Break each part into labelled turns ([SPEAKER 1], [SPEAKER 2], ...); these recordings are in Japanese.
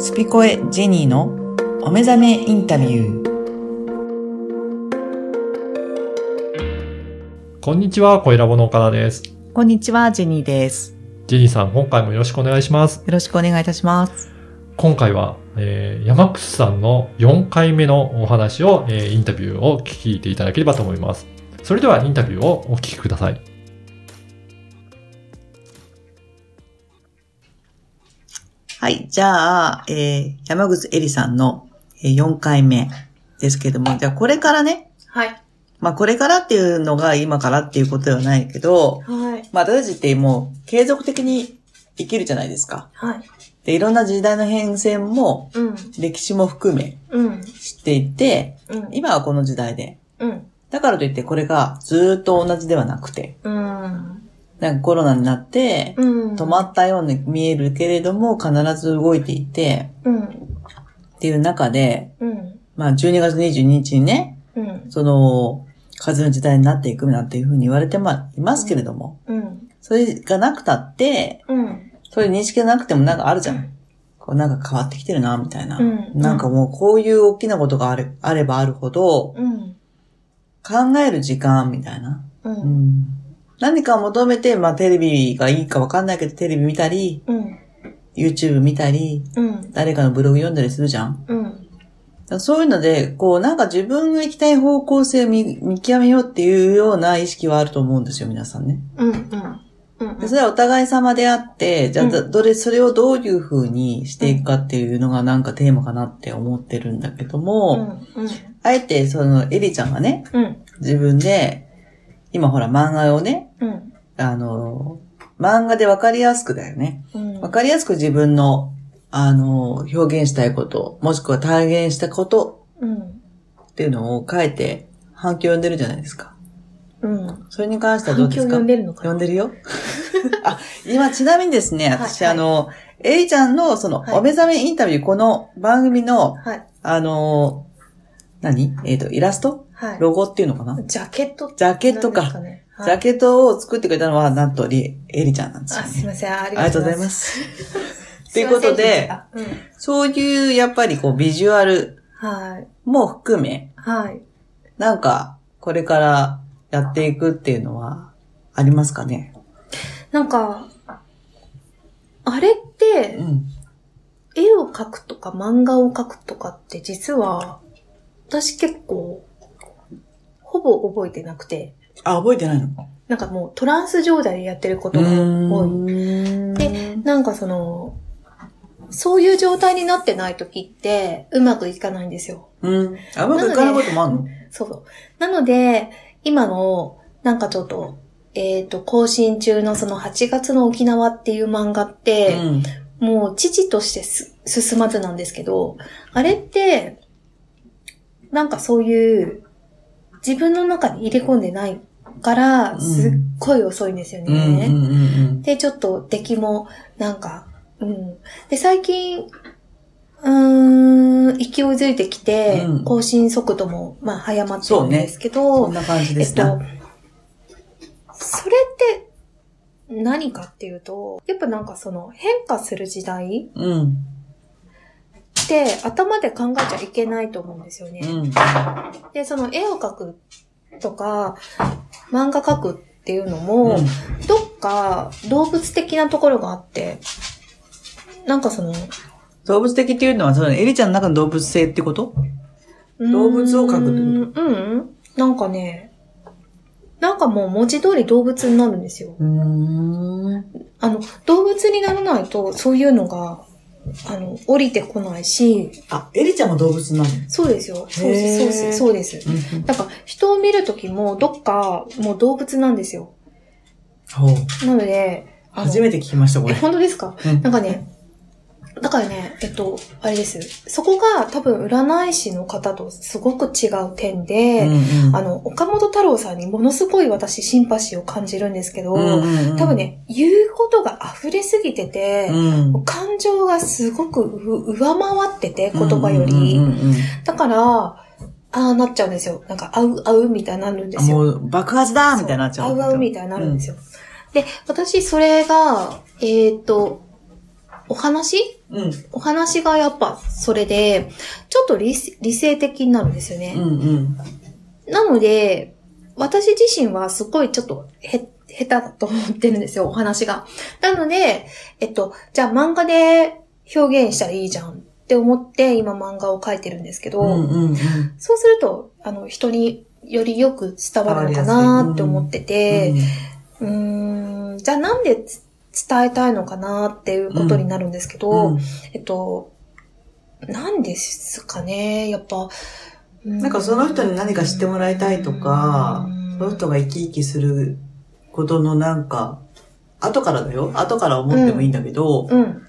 [SPEAKER 1] スピコエジェニーのお目覚めインタビュー。
[SPEAKER 2] こんにちは、小ラボの岡田です。
[SPEAKER 3] こんにちは、ジェニーです。
[SPEAKER 2] ジェニーさん、今回もよろしくお願いします。
[SPEAKER 3] よろしくお願いいたします。
[SPEAKER 2] 今回は、えー、山口さんの4回目のお話を、えーインタビューを聞いていただければと思います。それではインタビューをお聞きください。
[SPEAKER 1] はい、じゃあ、えー、山口恵里さんの、えー4回目ですけども、じゃあこれからね、
[SPEAKER 4] はい。
[SPEAKER 1] まあこれからっていうのが今からっていうことではないけど、
[SPEAKER 4] はい。
[SPEAKER 1] まあ私たちってもう継続的に生きるじゃないですか。
[SPEAKER 4] はい。
[SPEAKER 1] で、いろんな時代の変遷も
[SPEAKER 4] うん。
[SPEAKER 1] 歴史も含め
[SPEAKER 4] うん。
[SPEAKER 1] 知っていて、
[SPEAKER 4] うん。
[SPEAKER 1] 今はこの時代で。
[SPEAKER 4] うん。
[SPEAKER 1] だからといってこれがずーっと同じではなくて、
[SPEAKER 4] うん。
[SPEAKER 1] なんかコロナになって、
[SPEAKER 4] うん。
[SPEAKER 1] 止まったように見えるけれども、必ず動いていて、
[SPEAKER 4] うん。
[SPEAKER 1] っていう中で、
[SPEAKER 4] うん。
[SPEAKER 1] まあ、12月22日にね、
[SPEAKER 4] うん。
[SPEAKER 1] その、風の時代になっていくなんていうふうに言われてまいますけれども、
[SPEAKER 4] うん。
[SPEAKER 1] それがなくたって、
[SPEAKER 4] うん。
[SPEAKER 1] そういう認識がなくてもなんかあるじゃん。こうなんか変わってきてるな、みたいな。
[SPEAKER 4] うん
[SPEAKER 1] なんかもうこういう大きなことがあれあればあるほど、
[SPEAKER 4] うん。
[SPEAKER 1] 考える時間、みたいな。
[SPEAKER 4] う。
[SPEAKER 1] うんん何かを求めて、まあテレビがいいかわかんないけど、テレビ見たり、
[SPEAKER 4] うん。
[SPEAKER 1] YouTube 見たり、
[SPEAKER 4] うん。
[SPEAKER 1] 誰かのブログ読んだりするじゃん。
[SPEAKER 4] うん。
[SPEAKER 1] だからそういうので、こうなんか自分が行きたい方向性を見見極めようっていうような意識はあると思うんですよ、皆さんね。
[SPEAKER 4] うん。うん。うん。
[SPEAKER 1] でそれはお互い様であって、じゃあ、
[SPEAKER 4] うん
[SPEAKER 1] どどれ、それをどういう風にしていくかっていうのがなんかテーマかなって思ってるんだけど
[SPEAKER 4] うん。う
[SPEAKER 1] も、
[SPEAKER 4] ん。
[SPEAKER 1] あえてその、エリちゃんがね、
[SPEAKER 4] うん。
[SPEAKER 1] 自分で、今ほら漫画をね、
[SPEAKER 4] うん。
[SPEAKER 1] あの、漫画でわかりやすくだよね。
[SPEAKER 4] うん。
[SPEAKER 1] わかりやすく自分の、あの、表現したいこと、もしくは体現したこと
[SPEAKER 4] うん。
[SPEAKER 1] っていうのを書いて、反響を呼んでるじゃないですか。
[SPEAKER 4] うん。
[SPEAKER 1] それに関してはどうですか
[SPEAKER 4] 読んでるのか
[SPEAKER 1] 呼ん
[SPEAKER 4] な
[SPEAKER 1] でるよ。あ、今ちなみにですね、
[SPEAKER 4] い
[SPEAKER 1] 私、
[SPEAKER 4] はい
[SPEAKER 1] あの、エリちゃんのその、
[SPEAKER 4] はい
[SPEAKER 1] お目覚めインタビュー、この番組の、
[SPEAKER 4] はい。
[SPEAKER 1] あの、何えっ、と、イラスト
[SPEAKER 4] は。
[SPEAKER 1] ロゴっていうのかない
[SPEAKER 4] ジャケット
[SPEAKER 1] ジャケットか。ジャ
[SPEAKER 4] ッ
[SPEAKER 1] ケットを作ってくれたのは、なんとり、エリちゃんなんですよ
[SPEAKER 4] あ、すい
[SPEAKER 1] ね。
[SPEAKER 4] ません。あり
[SPEAKER 1] ありが
[SPEAKER 4] が
[SPEAKER 1] と
[SPEAKER 4] と
[SPEAKER 1] う
[SPEAKER 4] う
[SPEAKER 1] ござ
[SPEAKER 4] ござ
[SPEAKER 1] い
[SPEAKER 4] い
[SPEAKER 1] ま
[SPEAKER 4] ます。
[SPEAKER 1] す。と
[SPEAKER 4] と
[SPEAKER 1] いうことで、、
[SPEAKER 4] うん。
[SPEAKER 1] そういう、やっぱりこう、ビジュアル
[SPEAKER 4] はい。
[SPEAKER 1] も含め、
[SPEAKER 4] はい。
[SPEAKER 1] なんか、これからやっていくっていうのは、ありますかね
[SPEAKER 4] なんか、あれって、
[SPEAKER 1] うん。
[SPEAKER 4] 絵を描くとか漫画を描くとかって実は、私結構、ほぼ覚えてなくて、
[SPEAKER 1] あ、覚えてないの
[SPEAKER 4] なんかもうトランス状態でやってることが多い。
[SPEAKER 1] で、
[SPEAKER 4] なんかその、そういう状態になってない時って、うまくいかないんですよ。
[SPEAKER 1] うん。あ、うまくいかないこともあるの
[SPEAKER 4] そう。なので、今の、なんかちょっと、えっ、と、更新中のその8月の沖縄っていう漫画って、
[SPEAKER 1] うん。
[SPEAKER 4] もう父としてす進まずなんですけど、あれって、なんかそういう、自分の中に入れ込んでないから、すっごい遅いんですよね。
[SPEAKER 1] うんうんうん
[SPEAKER 4] で、ちょっと出来も、なんか、うん。で、最近、うーん、勢いづいてきて、
[SPEAKER 1] うん
[SPEAKER 4] 更新速度も、まあ、早まってるんですけ
[SPEAKER 1] うん。
[SPEAKER 4] ど、
[SPEAKER 1] こんな感じで
[SPEAKER 4] えっ
[SPEAKER 1] し
[SPEAKER 4] と
[SPEAKER 1] た。、
[SPEAKER 4] それって何かっていうと、やっぱなんかその変化する時代
[SPEAKER 1] うん。
[SPEAKER 4] って頭で考えちゃいけないと思うんですよね
[SPEAKER 1] う。ん。
[SPEAKER 4] で、その絵を描くとか、漫画描くっていうの
[SPEAKER 1] う
[SPEAKER 4] も、
[SPEAKER 1] ん
[SPEAKER 4] どっか動物的なところがあって、なんかその、
[SPEAKER 1] 動物的っていうのは、その、エリちゃんの中の動物性ってこと
[SPEAKER 4] うーん
[SPEAKER 1] 動物を描く
[SPEAKER 4] うんうん。なんかね、なんかもう文字通り動物になるんですよ。
[SPEAKER 1] うん。
[SPEAKER 4] あの、動物にならないと、そういうのが、あの、降りてこないし、
[SPEAKER 1] あ、エリちゃんも動物なの
[SPEAKER 4] そうですよ。そうです、
[SPEAKER 1] へー
[SPEAKER 4] そうです、そうです。だから、人を見るときも、どっか、もう動物なんですよ。
[SPEAKER 1] ほう。
[SPEAKER 4] なので、あの
[SPEAKER 1] 初めて聞きました、こ
[SPEAKER 4] え、
[SPEAKER 1] れ。
[SPEAKER 4] 本当ですか
[SPEAKER 1] うん
[SPEAKER 4] なんかね、だからね、えっと、あれです。そこが多分占い師の方とすごく違う点で、
[SPEAKER 1] うんうん
[SPEAKER 4] あの、岡本太郎さんにものすごい私シンパシーを感じるんですけど、
[SPEAKER 1] うんうん
[SPEAKER 4] 多分、ね、言うことが溢れすぎてて、
[SPEAKER 1] うん
[SPEAKER 4] もう感情がすごくう上回ってて、言葉より。
[SPEAKER 1] うんうんうんうん
[SPEAKER 4] だから、ああなっちゃうんですよ。なんか、合う合うみたいになるんで
[SPEAKER 1] あ
[SPEAKER 4] すよ。
[SPEAKER 1] もう爆発だーみたいになっちゃ
[SPEAKER 4] 合
[SPEAKER 1] う。
[SPEAKER 4] う合うみ
[SPEAKER 1] た
[SPEAKER 4] たいになるんですよ。で、私、それが、えっ、と、お話
[SPEAKER 1] うん。
[SPEAKER 4] お話がやっぱそれで、ちょっと理理性的になるんですよね。
[SPEAKER 1] うんうん。
[SPEAKER 4] なので、私自身はすごいちょっとへ、下手だと思ってるんですよ、お話が。なので、えっと、じゃあ漫画で表現したらいいじゃんって思って今漫画を描いてるんですけど、
[SPEAKER 1] うんうんうん。
[SPEAKER 4] そうすると、あの、人によりよく伝わるのかなって思ってて、うーんじゃあなんでつ伝えたいのかなっていうことになるんですけど、
[SPEAKER 1] うん、
[SPEAKER 4] えっと、なんですかね、やっぱ。
[SPEAKER 1] な
[SPEAKER 4] なん
[SPEAKER 1] かその人に何か知ってもらいたいとか、その人が生き生きすることのなんか、後からだよ。後から思ってもいいんだけど、
[SPEAKER 4] うん。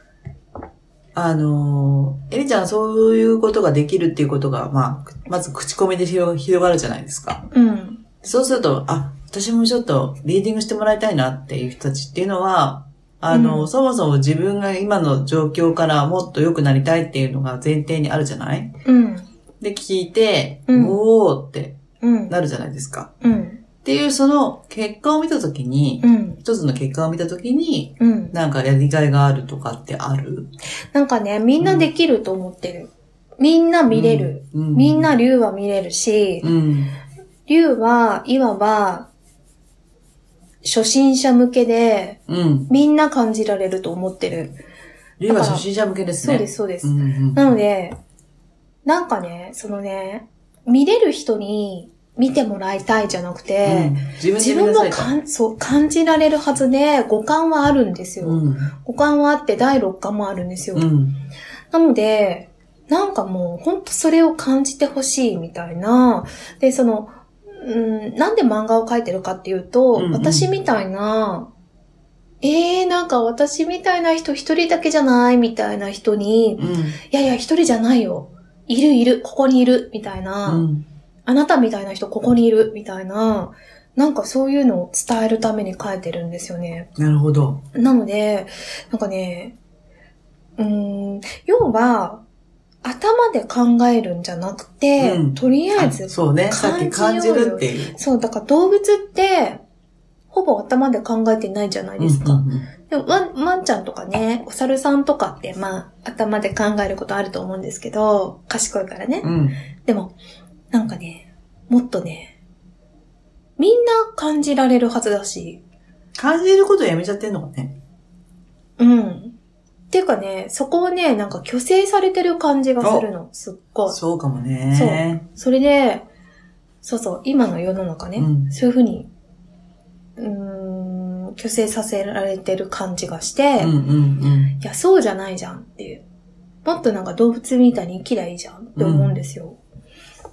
[SPEAKER 1] あのー、エリちゃんそういうことができるっていうことが、まあ、まず口コミで広広がるじゃないですか。
[SPEAKER 4] うん。
[SPEAKER 1] そうすると、あ、私もちょっとリーディングしてもらいたいなっていう人たちっていうのは、あの、
[SPEAKER 4] うん
[SPEAKER 1] そもそも自分が今の状況からもっと良くなりたいっていうのが前提にあるじゃない
[SPEAKER 4] うん。
[SPEAKER 1] で、聞いて、
[SPEAKER 4] うん
[SPEAKER 1] おーって
[SPEAKER 4] うん。
[SPEAKER 1] なるじゃないですか。
[SPEAKER 4] うん。
[SPEAKER 1] っていうその結果を見たときに、
[SPEAKER 4] うん。
[SPEAKER 1] 一つの結果を見たときに、
[SPEAKER 4] うん。
[SPEAKER 1] なんかやりがいがあるとかってある
[SPEAKER 4] なんかね、みんなできると思ってる。みんな見れる。。
[SPEAKER 1] うう
[SPEAKER 4] みんな竜は見れるし、
[SPEAKER 1] うん。
[SPEAKER 4] 竜は、いわば、初心者向けで、
[SPEAKER 1] うん。
[SPEAKER 4] みんな感じられると思ってる。
[SPEAKER 1] リーは初心者向けですね。
[SPEAKER 4] そうです、そうです。
[SPEAKER 1] うんうん。
[SPEAKER 4] なので、なんかね、そのね、見れる人に見てもらいたいじゃなく
[SPEAKER 1] うん
[SPEAKER 4] て、
[SPEAKER 1] 自分で
[SPEAKER 4] 自分
[SPEAKER 1] 見な
[SPEAKER 4] も
[SPEAKER 1] さいと。
[SPEAKER 4] 感そう感じられるはずで、五感はあるんですよ。
[SPEAKER 1] うん。
[SPEAKER 4] 五感はあって第六感もあるんですよ。
[SPEAKER 1] うん。
[SPEAKER 4] なので、なんかもう、ほんとそれを感じてほしいみたいな。で、その、うん、なんで漫画を描いてるかっていうと、
[SPEAKER 1] うんうん
[SPEAKER 4] 私みたいな、えー、なんか私みたいな人一人だけじゃないみたいな人に、
[SPEAKER 1] うん。
[SPEAKER 4] いやいや、一人じゃないよ。いるいる、ここにいる、みたいな、
[SPEAKER 1] うん。
[SPEAKER 4] あなたみたいな人ここにいる、みたいな、なんかそういうのを伝えるために書いてるんですよね。
[SPEAKER 1] なるほど。
[SPEAKER 4] なので、なんかね、うーん、要は、頭で考えるんじゃなくて、
[SPEAKER 1] うん
[SPEAKER 4] とりあえず、
[SPEAKER 1] そうね。さっき感じるっていう。
[SPEAKER 4] そう、だから動物って、ほぼ頭で考えてないじゃないですか。
[SPEAKER 1] うんうん
[SPEAKER 4] でもワン、ワンちゃんとかね、お猿さんとかって、まあ、頭で考えることあると思うんですけど、賢いからね。
[SPEAKER 1] うん。
[SPEAKER 4] でも、なんかね、もっとね、みんな感じられるはずだし、
[SPEAKER 1] 感じることやめちゃってんのかね。
[SPEAKER 4] うん。っていうかね、そこをね、なんか虚勢されてる感じがするの、すっごい。
[SPEAKER 1] そうかもね。
[SPEAKER 4] それで、そうそう、今の世の中ね、
[SPEAKER 1] うん
[SPEAKER 4] そういうふうに、うーん、虚勢させられてる感じがして、
[SPEAKER 1] うんうん
[SPEAKER 4] いや、そうじゃないじゃんっていう。もっとなんか動物みたいに生きりゃいいじゃんって思うんですよ。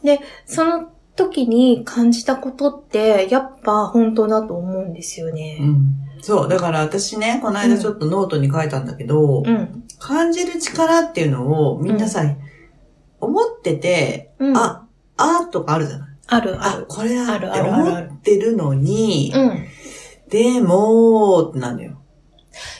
[SPEAKER 4] で、その時に感じたことって、やっぱ本当だと思うんですよ
[SPEAKER 1] うん。う
[SPEAKER 4] ね。
[SPEAKER 1] ん。そう。だから私ね、この間ちょっとノートに書いたんだけど、
[SPEAKER 4] うん。
[SPEAKER 1] 感じる力っていうのをみんなさ、思ってて、
[SPEAKER 4] うん。
[SPEAKER 1] あ、あーとかあるじゃない
[SPEAKER 4] あるあ
[SPEAKER 1] あ
[SPEAKER 4] る、。
[SPEAKER 1] これだ
[SPEAKER 4] あ
[SPEAKER 1] って
[SPEAKER 4] るあるある
[SPEAKER 1] 思
[SPEAKER 4] ある
[SPEAKER 1] ってるのに、
[SPEAKER 4] うん。
[SPEAKER 1] でもーってなんだよ。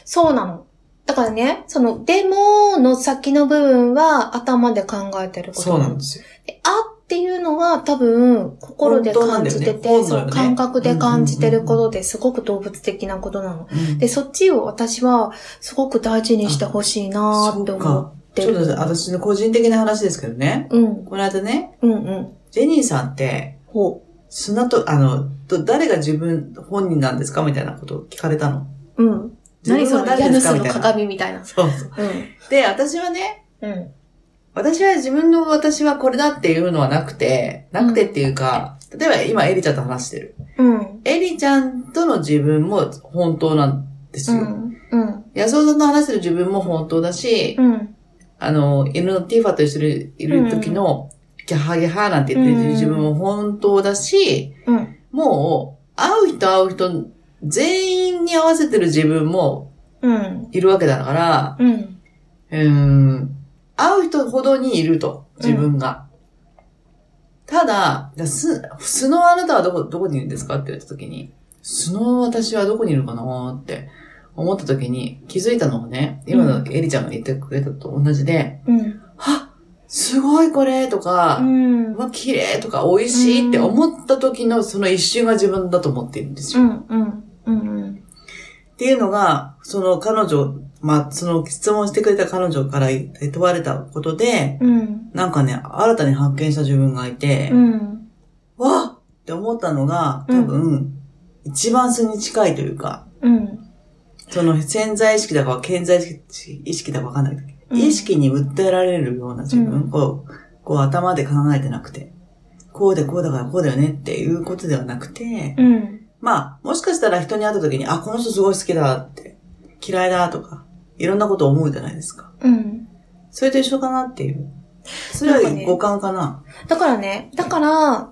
[SPEAKER 4] そうなの。だからね、その、でもの先の部分は頭で考えてること。
[SPEAKER 1] そうなんですよ。
[SPEAKER 4] であっていうのは多分心で
[SPEAKER 1] 本当なん
[SPEAKER 4] 感
[SPEAKER 1] だよ
[SPEAKER 4] じ
[SPEAKER 1] ね
[SPEAKER 4] てて、
[SPEAKER 1] 本能
[SPEAKER 4] そ
[SPEAKER 1] よ
[SPEAKER 4] う
[SPEAKER 1] ね
[SPEAKER 4] 感覚で感じてることですごく動物的なことなの。
[SPEAKER 1] うん
[SPEAKER 4] で、そっちを私はすごく大事にしてほしいなーって思って
[SPEAKER 1] ちょっ
[SPEAKER 4] る。
[SPEAKER 1] と私の個人的な話ですけどね。
[SPEAKER 4] うん、
[SPEAKER 1] この間ね、
[SPEAKER 4] うん、うん。
[SPEAKER 1] ジェニーさんって、
[SPEAKER 4] ほ
[SPEAKER 1] 砂と、あの、ど誰が自分本人なんですかみたいなことを聞かれたの。
[SPEAKER 4] う。うん。
[SPEAKER 1] 自
[SPEAKER 4] 何
[SPEAKER 1] 分
[SPEAKER 4] そ
[SPEAKER 1] は
[SPEAKER 4] の
[SPEAKER 1] 誰
[SPEAKER 4] 家
[SPEAKER 1] ですか
[SPEAKER 4] 主
[SPEAKER 1] みたい
[SPEAKER 4] の
[SPEAKER 1] な。
[SPEAKER 4] 鏡みたいな。
[SPEAKER 1] そうそう。
[SPEAKER 4] うん。
[SPEAKER 1] で、私はね、
[SPEAKER 4] うん。
[SPEAKER 1] 私は自分の私はこれだっていうのはなくて、なくてっていうか、例えば今エリちゃんと話してる。
[SPEAKER 4] うん。
[SPEAKER 1] エリちゃんとの自分も本当なんです
[SPEAKER 4] う
[SPEAKER 1] よ。
[SPEAKER 4] ん。うん。
[SPEAKER 1] 安尾さんと話してる自分も本当だし、
[SPEAKER 4] うん。
[SPEAKER 1] あの、犬のティーファと一緒にいる時の、ギャハギャハなんて言ってる自分も本当だし、
[SPEAKER 4] うん。
[SPEAKER 1] もう、会う人会う人、全員に合わせてる自分も
[SPEAKER 4] うん。
[SPEAKER 1] いるわけだから、
[SPEAKER 4] うん。
[SPEAKER 1] うーん、会う人ほどにいると、自分が。ただ、じゃあす、素のあなたはどこ、どこにいるんですかって言った時に、素の私はどこにいるかなって思った時に気づいたのはね、今のエリちゃんが言ってくれたと同じで、
[SPEAKER 4] うん。
[SPEAKER 1] はっすごいこれとか、
[SPEAKER 4] うん。
[SPEAKER 1] まあ、綺麗とか美味しいって思った時のその一瞬が自分だと思っているんです
[SPEAKER 4] う
[SPEAKER 1] よ。
[SPEAKER 4] ん。うん。うん。
[SPEAKER 1] っていうのが、その彼女、まあ、その質問してくれた彼女から問われたことで、
[SPEAKER 4] うん。
[SPEAKER 1] なんかね、新たに発見した自分がいて、
[SPEAKER 4] うん。
[SPEAKER 1] わっって思ったのが、多分、一番素に近いというか、
[SPEAKER 4] うん。
[SPEAKER 1] その潜在意識だか潜在意識だかわかんないけど、
[SPEAKER 4] うん
[SPEAKER 1] 意識に訴えられるような自分、
[SPEAKER 4] うん
[SPEAKER 1] こう、こう頭で考えてなくて、こうでこうだからこうだよねっていうことではなくて、
[SPEAKER 4] うん。
[SPEAKER 1] まあ、もしかしたら人に会った時に、あ、この人すごい好きだって、嫌いだとか、いろんなことを思うじゃないですか。
[SPEAKER 4] うん。
[SPEAKER 1] それと一緒かなっていう。それは
[SPEAKER 4] なんかね
[SPEAKER 1] 五感かな。
[SPEAKER 4] だからね、だから、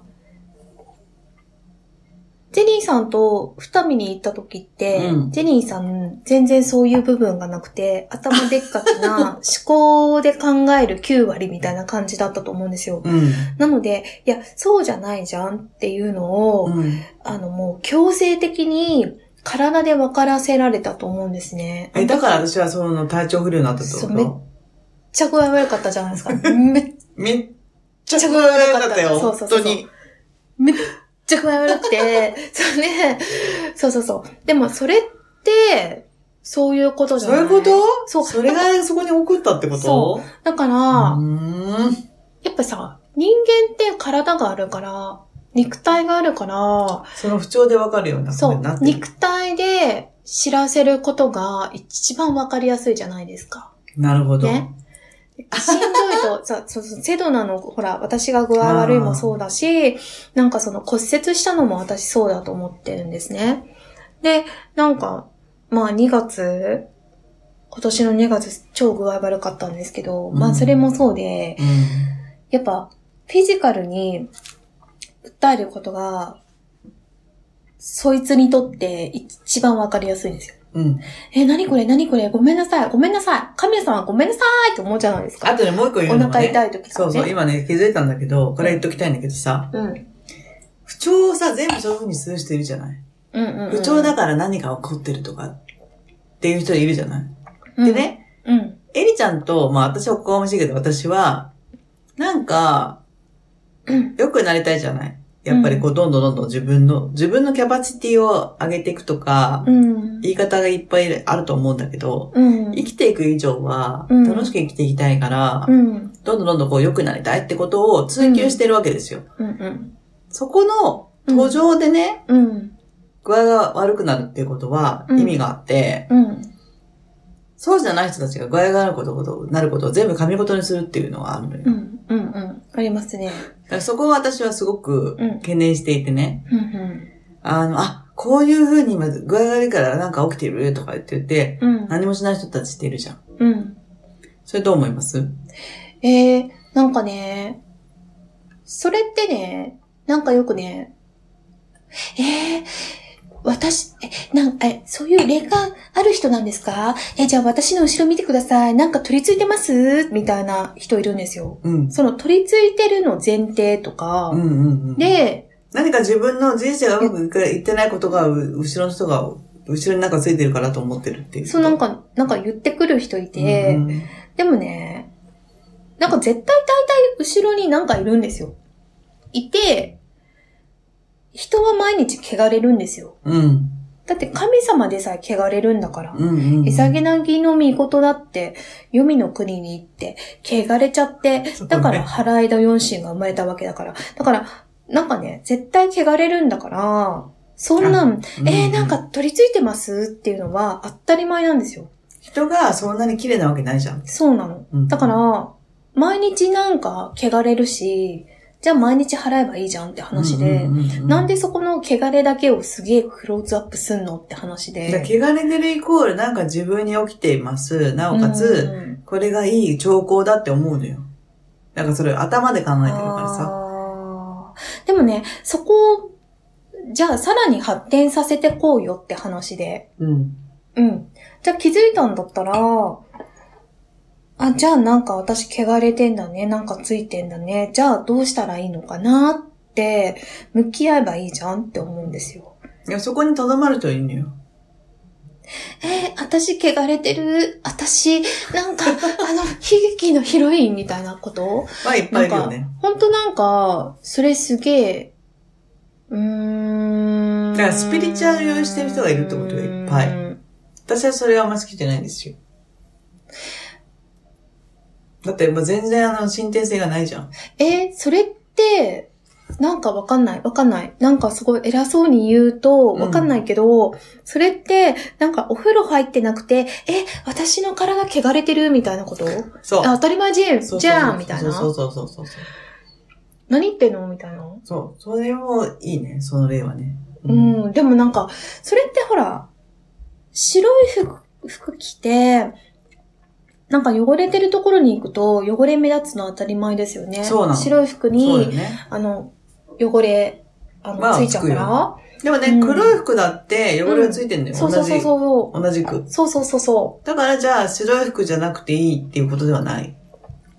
[SPEAKER 4] ジェリーさんと二見に行った時って、
[SPEAKER 1] うん
[SPEAKER 4] ジェリーさん全然そういう部分がなくて、頭でっか ちな思考で考える9割みたいな感じだったと思うんですよ。
[SPEAKER 1] うん。
[SPEAKER 4] なので、いや、そうじゃないじゃんっていうのを、
[SPEAKER 1] うん。
[SPEAKER 4] あのもう強制的に体で分からせられたと思うんですね。
[SPEAKER 1] え、だから私はその体調不良になったってこ
[SPEAKER 4] そうめっ
[SPEAKER 1] と
[SPEAKER 4] めっちゃ具合悪かったじゃないですか。めっ
[SPEAKER 1] めっちゃ具合悪かったよ。
[SPEAKER 4] そうそうそうそう
[SPEAKER 1] 本当に。
[SPEAKER 4] めっちゃ具合悪くて、 そうね、そうそうそう。でもそれって、そういうことじゃ
[SPEAKER 1] そう
[SPEAKER 4] ない
[SPEAKER 1] いうこと
[SPEAKER 4] そう
[SPEAKER 1] それがそこに送ったってこと
[SPEAKER 4] そだから、
[SPEAKER 1] うーん。
[SPEAKER 4] やっぱさ、人間って体があるから、肉体があるから、
[SPEAKER 1] その不調でわかるようにな
[SPEAKER 4] そ
[SPEAKER 1] な
[SPEAKER 4] う
[SPEAKER 1] っ、てる
[SPEAKER 4] 肉体で知らせることが一番わかりやすいじゃないですか。
[SPEAKER 1] なるほど。
[SPEAKER 4] ね。しんどい と、さそうそう、セドナの、ほら、私が具合悪いもそうだし、なんかその骨折したのも私そうだと思ってるんですね。で、なんか、まあ2月、今年の2月超具合悪かったんですけど、ま
[SPEAKER 1] う
[SPEAKER 4] あ
[SPEAKER 1] ん
[SPEAKER 4] それもそうで、
[SPEAKER 1] うん。
[SPEAKER 4] やっぱフィジカルに訴えることが、そいつにとって一番わかりやすいんですよ。
[SPEAKER 1] うん。
[SPEAKER 4] え、何これ何これごめんなさいごめんなさい神谷さんはごめんなさいって思うじゃないですか。
[SPEAKER 1] あとね、もう一個言
[SPEAKER 4] お
[SPEAKER 1] うのが、ね。
[SPEAKER 4] 腹痛い時と
[SPEAKER 1] そ
[SPEAKER 4] か
[SPEAKER 1] う
[SPEAKER 4] ね。
[SPEAKER 1] そう、今ね、気づいたんだけど、これ言っときたいんだけどさ、
[SPEAKER 4] うん。
[SPEAKER 1] 不調をさ、全部そういう風にする人いるじゃない
[SPEAKER 4] うんうんうん。
[SPEAKER 1] 不調だから何か起こってるとか、っていう人いるじゃない、
[SPEAKER 4] うん
[SPEAKER 1] で。ね、
[SPEAKER 4] うん。
[SPEAKER 1] エリちゃんと、まあ私はおこがましいけど、私は、なんか、
[SPEAKER 4] うん
[SPEAKER 1] 良くなりたいじゃないやっぱりこう、どんどんどんどん自分の、自分のキャパシティを上げていくとか、
[SPEAKER 4] うん。
[SPEAKER 1] 言い方がいっぱいあると思うんだけど、
[SPEAKER 4] うん。
[SPEAKER 1] 生きていく以上は、
[SPEAKER 4] うん
[SPEAKER 1] 楽しく生きていきたいから、
[SPEAKER 4] うん。
[SPEAKER 1] どんどんどんどんこう良くなりたいってことを追求してるわけですよ。
[SPEAKER 4] うんうん。
[SPEAKER 1] そこの途上でね、
[SPEAKER 4] うん。
[SPEAKER 1] 具合が悪くなるっていうことは
[SPEAKER 4] うん
[SPEAKER 1] 意味があって、
[SPEAKER 4] うん。
[SPEAKER 1] そうじゃない人たちが具合があることこと、なることを全部紙事にするっていうのはあるのよ。
[SPEAKER 4] う
[SPEAKER 1] だ
[SPEAKER 4] ん。うん。うん。ありますね。
[SPEAKER 1] からそこは私はすごく
[SPEAKER 4] うん
[SPEAKER 1] 懸念していてね、
[SPEAKER 4] うん。うん
[SPEAKER 1] あの、あ、こういう風に今具合が悪いからなんか起きてるとか言って言って、。
[SPEAKER 4] うん
[SPEAKER 1] 何もしない人たちっているじゃん。
[SPEAKER 4] うん。
[SPEAKER 1] それどう思います
[SPEAKER 4] えー、なんかね、それってね、なんかよくね、えー、私、え、なんか、え、そういう霊感ある人なんですかえ、じゃあ私の後ろ見てください。なんか取り付いてますみたいな人いるんですよ。
[SPEAKER 1] うん。
[SPEAKER 4] その取り付いてるの前提とか、
[SPEAKER 1] うんうんうん。
[SPEAKER 4] で、
[SPEAKER 1] 何か自分の人生がうまくいかいってないことが、う後ろの人が、後ろになんかついてるからと思ってるっていう。
[SPEAKER 4] そうなんか、なんか言ってくる人
[SPEAKER 1] う
[SPEAKER 4] い
[SPEAKER 1] ん
[SPEAKER 4] て、
[SPEAKER 1] うん、
[SPEAKER 4] でもね、なんか絶対大体後ろになんかいるんですよ。いて、人は毎日汚れるんですよ。
[SPEAKER 1] うん。
[SPEAKER 4] だって神様でさえ汚れるんだから。
[SPEAKER 1] うんうんうん。
[SPEAKER 4] えさげなぎの御事だって、黄泉の国に行って、汚れちゃって
[SPEAKER 1] そう、ね
[SPEAKER 4] だから腹枝四神が生まれたわけだから。だから、なんかね、絶対汚れるんだから、そんなん、
[SPEAKER 1] うん
[SPEAKER 4] えー、なんか取り付いてますっていうのは当たり前なんですよ。
[SPEAKER 1] 人がそんなに綺麗なわけないじゃん。
[SPEAKER 4] そうなの。
[SPEAKER 1] うん
[SPEAKER 4] だから、毎日なんか汚れるし、じゃあ毎日払えばいいじゃんって話で、
[SPEAKER 1] うんうんうんうん
[SPEAKER 4] なんでそこの汚れだけをすげえクローズアップすんのって話
[SPEAKER 1] だ
[SPEAKER 4] で。
[SPEAKER 1] から汚れてるイコールなんか自分に起きています。なおかつ、
[SPEAKER 4] うんうん
[SPEAKER 1] これがいい兆候だって思うのよ。なんかそれ頭で考えてるからさ。
[SPEAKER 4] あーでもね、そこを、じゃあさらに発展させてこうよって話で。
[SPEAKER 1] うん。
[SPEAKER 4] うん。じゃあ気づいたんだったら、あ、じゃあなんか私汚れてんだね、なんかついてんだね、じゃあどうしたらいいのかなって、向き合えばいいじゃんって思うんですよ。
[SPEAKER 1] いや、そこに留まる人いるのよ。
[SPEAKER 4] えー私汚れてる、私、なんか、あ の、悲劇のヒロインみたいなこと
[SPEAKER 1] まあ、いっぱいいるよね。
[SPEAKER 4] ほんとなんか、それすげえ、うーん。
[SPEAKER 1] だからスピリチュアル用意してる人がいるってことがいっぱい。
[SPEAKER 4] うん
[SPEAKER 1] 私はそれはあんま好きじゃないんですよ。だって、もう全然あの、進展性がないじゃん。
[SPEAKER 4] えーそれって、なんかわかんない、わかんない。なんかすごい偉そうに言うと、
[SPEAKER 1] うん
[SPEAKER 4] わかんないけど、それって、なんかお風呂入ってなくて、え、私の体汚れてるみたいなこと
[SPEAKER 1] そう。
[SPEAKER 4] あ当たり前じゃ
[SPEAKER 1] そ
[SPEAKER 4] ん、
[SPEAKER 1] うそうそう
[SPEAKER 4] じゃんみたい
[SPEAKER 1] そう
[SPEAKER 4] な。
[SPEAKER 1] そうそうそうそう。
[SPEAKER 4] 何言ってんのみたいな。
[SPEAKER 1] そう。それもいいね、その例はね。
[SPEAKER 4] う
[SPEAKER 1] うん。
[SPEAKER 4] ん、でもなんか、それってほら、白い服、服着て、なんか汚れてるところに行くと、汚れ目立つのは当たり前ですよね。
[SPEAKER 1] そうなの
[SPEAKER 4] 白い服
[SPEAKER 1] そうだ
[SPEAKER 4] に
[SPEAKER 1] よ、ね。
[SPEAKER 4] あの、汚れ、あの、
[SPEAKER 1] まあ
[SPEAKER 4] ついちゃうから。
[SPEAKER 1] でもね、
[SPEAKER 4] うん
[SPEAKER 1] 黒い服だって汚れがついてんだよ。
[SPEAKER 4] そうそ
[SPEAKER 1] 同
[SPEAKER 4] うそう
[SPEAKER 1] じ。
[SPEAKER 4] そ
[SPEAKER 1] 同じく
[SPEAKER 4] う。。そうそうそうそ
[SPEAKER 1] だからじゃあ、白い服じゃなくていいっていうことではない。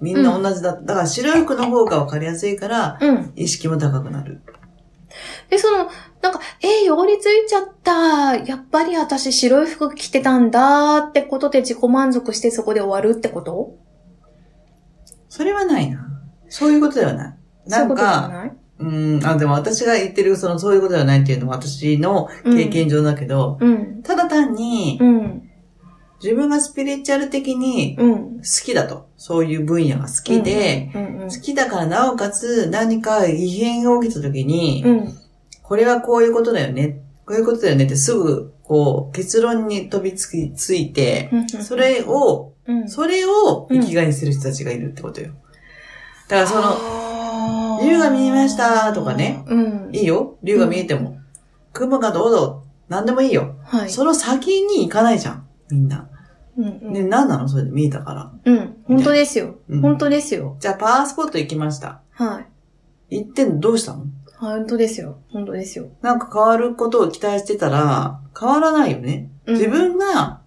[SPEAKER 1] みんな同じだ。だから白い服の方がわかりやすいから、
[SPEAKER 4] う。うん。
[SPEAKER 1] 意識も高くなる。
[SPEAKER 4] で、その、なんか、えー汚れついちゃった。やっぱり私白い服着てたんだってことで自己満足してそこで終わるってこと
[SPEAKER 1] それはないな。そういうことではない。なん
[SPEAKER 4] そういうことじ
[SPEAKER 1] か、
[SPEAKER 4] ゃない、
[SPEAKER 1] うん、あ、でも私が言ってる、その、そういうことではないっていうのは私の
[SPEAKER 4] うん、
[SPEAKER 1] 経験上だけど、
[SPEAKER 4] うん。
[SPEAKER 1] ただ単に
[SPEAKER 4] う、ん。
[SPEAKER 1] 自分がスピリチュアル的に
[SPEAKER 4] うん。
[SPEAKER 1] 好きだと。そういう分野が好きで、
[SPEAKER 4] うんうんう
[SPEAKER 1] 好
[SPEAKER 4] ん
[SPEAKER 1] きだからなおかつ何か異変が起きた時に、
[SPEAKER 4] うん。
[SPEAKER 1] これはこういうことだよね、こういうことだよねってすぐ、こう、結論に飛びつき、ついて、
[SPEAKER 4] うん
[SPEAKER 1] そ、れを、
[SPEAKER 4] うん、
[SPEAKER 1] それを生きがいにする人たちがいるってことよ。だからその、
[SPEAKER 4] の
[SPEAKER 1] 竜が見えましたとかね。
[SPEAKER 4] うん。
[SPEAKER 1] いいよ、竜が見えても。雲がどうぞ、何でもいいよ。
[SPEAKER 4] はい。
[SPEAKER 1] その先に行かないじゃん、みんな。
[SPEAKER 4] うんうん
[SPEAKER 1] ね、何なのそれで見えたから。
[SPEAKER 4] うん。本当ですよ。
[SPEAKER 1] うん
[SPEAKER 4] 本当ですよ。
[SPEAKER 1] じゃあパワースポット行きました。
[SPEAKER 4] はい。
[SPEAKER 1] 行ってんのどうしたの
[SPEAKER 4] 本当ですよ。本当ですよ。
[SPEAKER 1] なんか変わることを期待してたら、変わらないよね。
[SPEAKER 4] うん
[SPEAKER 1] 自分が、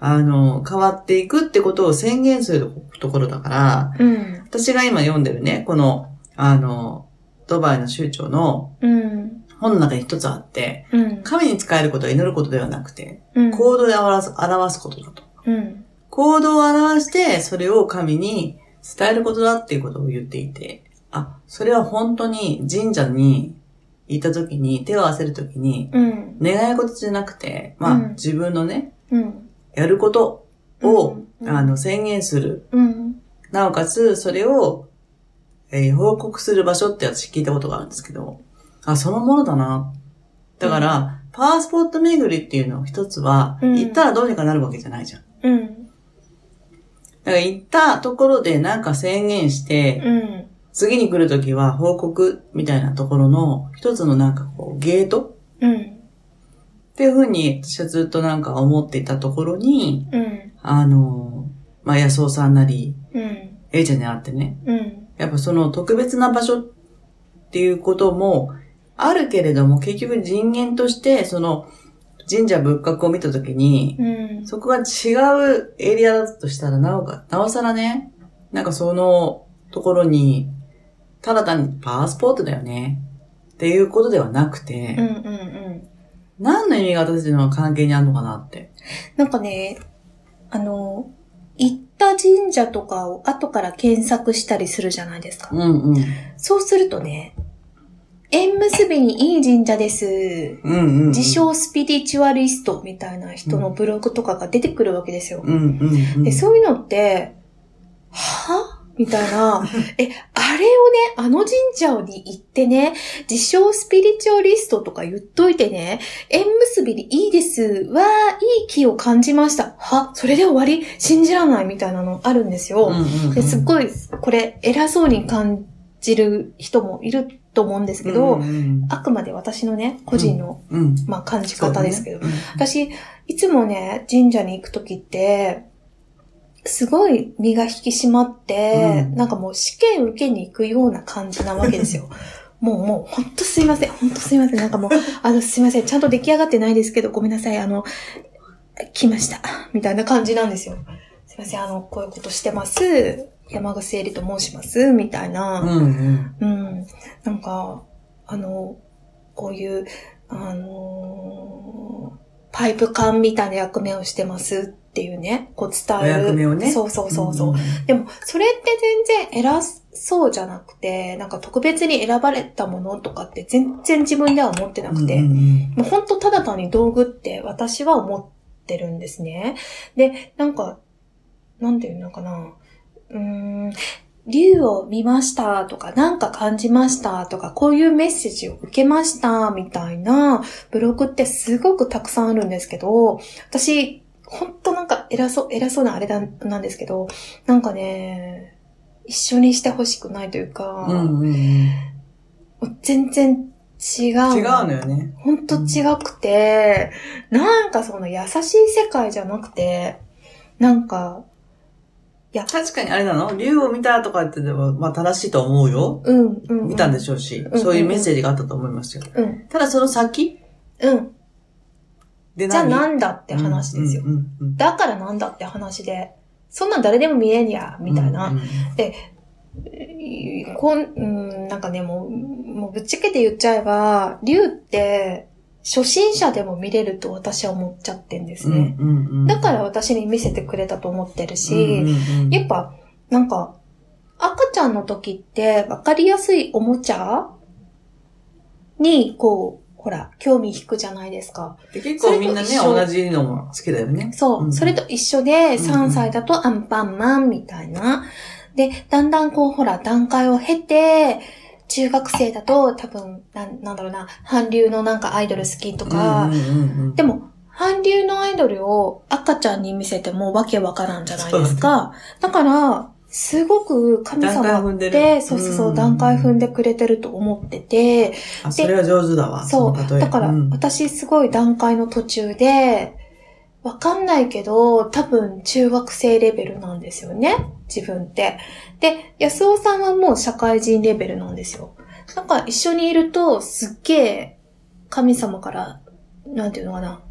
[SPEAKER 1] あの、変わっていくってことを宣言するところだから、
[SPEAKER 4] うん。
[SPEAKER 1] 私が今読んでるね、この、あの、ドバイの州長の
[SPEAKER 4] うん。
[SPEAKER 1] 本の中に一つあって、
[SPEAKER 4] うん。
[SPEAKER 1] 神に仕えることは祈ることではなくて、
[SPEAKER 4] うん。
[SPEAKER 1] 行動で表す、表すことだと。
[SPEAKER 4] うん。
[SPEAKER 1] 行動を表して、それを神に伝えることだっていうことを言っていて、あ、それは本当に神社に行った時に、手を合わせる時に、
[SPEAKER 4] うん。
[SPEAKER 1] 願い事じゃなくて、まあ、
[SPEAKER 4] うん
[SPEAKER 1] 自分のね、
[SPEAKER 4] うん。
[SPEAKER 1] やることを、
[SPEAKER 4] うん
[SPEAKER 1] あの、宣言する。
[SPEAKER 4] うん。
[SPEAKER 1] なおかつ、それを、えー報告する場所って私聞いたことがあるんですけど、あ、そのものだな。だから、パワースポット巡りっていうの一つは、
[SPEAKER 4] うん
[SPEAKER 1] 行ったらどうにかなるわけじゃないじゃん。
[SPEAKER 4] うん。
[SPEAKER 1] だから行ったところでなんか宣言して、
[SPEAKER 4] うん。
[SPEAKER 1] 次に来るときは報告みたいなところの一つのなんかこうゲート
[SPEAKER 4] うん。
[SPEAKER 1] っていうふうに私はずっとなんか思っていたところに、
[SPEAKER 4] うん。
[SPEAKER 1] あの、まあ、安尾さんなり、
[SPEAKER 4] うん。
[SPEAKER 1] えいちゃんに会ってね、
[SPEAKER 4] うん。
[SPEAKER 1] やっぱその特別な場所っていうこともあるけれども、結局人間として、その神社仏閣を見たときに、
[SPEAKER 4] うん。
[SPEAKER 1] そこが違うエリアだとしたら、なおか、なおさらね、なんかそのところに、ただ単にパワースポットだよね、っていうことではなくて、
[SPEAKER 4] うん。うん。うん。
[SPEAKER 1] 何の意味が私たちの関係にあるのかなって。
[SPEAKER 4] なんかね、あの、行った神社とかを後から検索したりするじゃないですか。
[SPEAKER 1] うんうん。
[SPEAKER 4] そうするとね、縁結びにいい神社です。
[SPEAKER 1] うんうん、うん。
[SPEAKER 4] 自称スピリチュアリストみたいな人のブログとかが出てくるわけですよ
[SPEAKER 1] う。んうん、うん。
[SPEAKER 4] で、そういうのって、はみたい な。え、あれをね、あの神社に行ってね、自称スピリチュアリストとか言っといてね、縁結びでいいです。わー、いい気を感じました。はそれで終わり信じらんないみたいなのあるんです
[SPEAKER 1] う
[SPEAKER 4] よ。
[SPEAKER 1] んうんうん
[SPEAKER 4] ですっごい、これ、偉そうに感じる人もいると思うんですけど、
[SPEAKER 1] うんうん
[SPEAKER 4] あくまで私のね、個人の、
[SPEAKER 1] うん、うん
[SPEAKER 4] まあ、感じ方ですけど、
[SPEAKER 1] そうだね
[SPEAKER 4] 私、いつもね、神社に行くときって、すごい身が引き締まって、
[SPEAKER 1] うん
[SPEAKER 4] なんかもう試験受けに行くような感じなわけですよ。 もうもう、ほんとすいません、ほんとすいません。なん かもう、あの、すいません、ちゃんと出来上がってないですけど、ごめんなさい、あの、来ました。みたいな感じなんですよ。すいません、あの、こういうことしてます。山口恵里と申します。みたいな。
[SPEAKER 1] うんうん
[SPEAKER 4] うん。なんか、あの、こういう、あのーパイプ管みたいな役目をしてますっていうね、こう伝える。
[SPEAKER 1] お役目をね
[SPEAKER 4] そうそうそうそう。
[SPEAKER 1] ん
[SPEAKER 4] でも、それって全然偉そうじゃなくて、なんか特別に選ばれたものとかって全然自分では思ってなくて、
[SPEAKER 1] うんうん
[SPEAKER 4] もうほんとただ単に道具って私は思ってるんですね。で、なんか、なんていうのかな。うーん、竜を見ましたとか、なんか感じましたとか、こういうメッセージを受けましたみたいなブログってすごくたくさんあるんですけど、私、ほんとなんか偉そう、偉そうなあれだ、なんですけど、なんかね、一緒にしてほしくないというか、
[SPEAKER 1] うんうんうん。違
[SPEAKER 4] もう全然違う。
[SPEAKER 1] うのよね。
[SPEAKER 4] ほんと違くて、なんかその優しい世界じゃなくて、なんか、
[SPEAKER 1] 確かにあれなの竜を見たとかって言っても、まあ正しいと思うよ。
[SPEAKER 4] うん、うん、うん。
[SPEAKER 1] 見たんでしょうし、
[SPEAKER 4] うん
[SPEAKER 1] そういうメッセージがあったと思いますよ。
[SPEAKER 4] うん、
[SPEAKER 1] ただその先
[SPEAKER 4] うん。
[SPEAKER 1] で
[SPEAKER 4] じゃあ
[SPEAKER 1] 何
[SPEAKER 4] なんだって話ですよ。
[SPEAKER 1] うんうんうんうん
[SPEAKER 4] だからなんだって話で、そんなん誰でも見えんや、みたいな。
[SPEAKER 1] うんうん
[SPEAKER 4] こん、うん、なんかね、もう、もうぶっちゃけて言っちゃえば、竜って、初心者でも見れると私は思っちゃってんですね。
[SPEAKER 1] うんうんうん
[SPEAKER 4] だから私に見せてくれたと思ってるし、
[SPEAKER 1] うんうん
[SPEAKER 4] やっぱ、なんか、赤ちゃんの時って、わかりやすいおもちゃに、こう、ほら、興味引くじゃないですか。
[SPEAKER 1] で結構みんなね、
[SPEAKER 4] そ
[SPEAKER 1] 同
[SPEAKER 4] れと一緒
[SPEAKER 1] じのも好きだよね。
[SPEAKER 4] そう、
[SPEAKER 1] うん
[SPEAKER 4] それと一緒で、
[SPEAKER 1] うんうん
[SPEAKER 4] 3歳だとアンパンマンみたいな。で、だんだんこう、ほら、段階を経て、中学生だと多分、なんなんだろうな、韓流のなんかアイドル好きとか、
[SPEAKER 1] うんうんうんうん
[SPEAKER 4] でも、韓流のアイドルを赤ちゃんに見せてもわけわからんじゃないですか。だから、すごく神
[SPEAKER 1] 段階
[SPEAKER 4] 様
[SPEAKER 1] 踏ん
[SPEAKER 4] っ
[SPEAKER 1] で
[SPEAKER 4] て、
[SPEAKER 1] る。
[SPEAKER 4] そうそうそう、段階踏んでくれてると思ってて、
[SPEAKER 1] あそれは上手だわ。
[SPEAKER 4] そ
[SPEAKER 1] の
[SPEAKER 4] う、
[SPEAKER 1] 例え
[SPEAKER 4] だから
[SPEAKER 1] うん
[SPEAKER 4] 私すごい段階の途中で、わかんないけど、多分中学生レベルなんですよね、自分って。で、安尾さんはもう社会人レベルなんですよ。なんか一緒にいると、すっげえ神様から、なんていうのかな。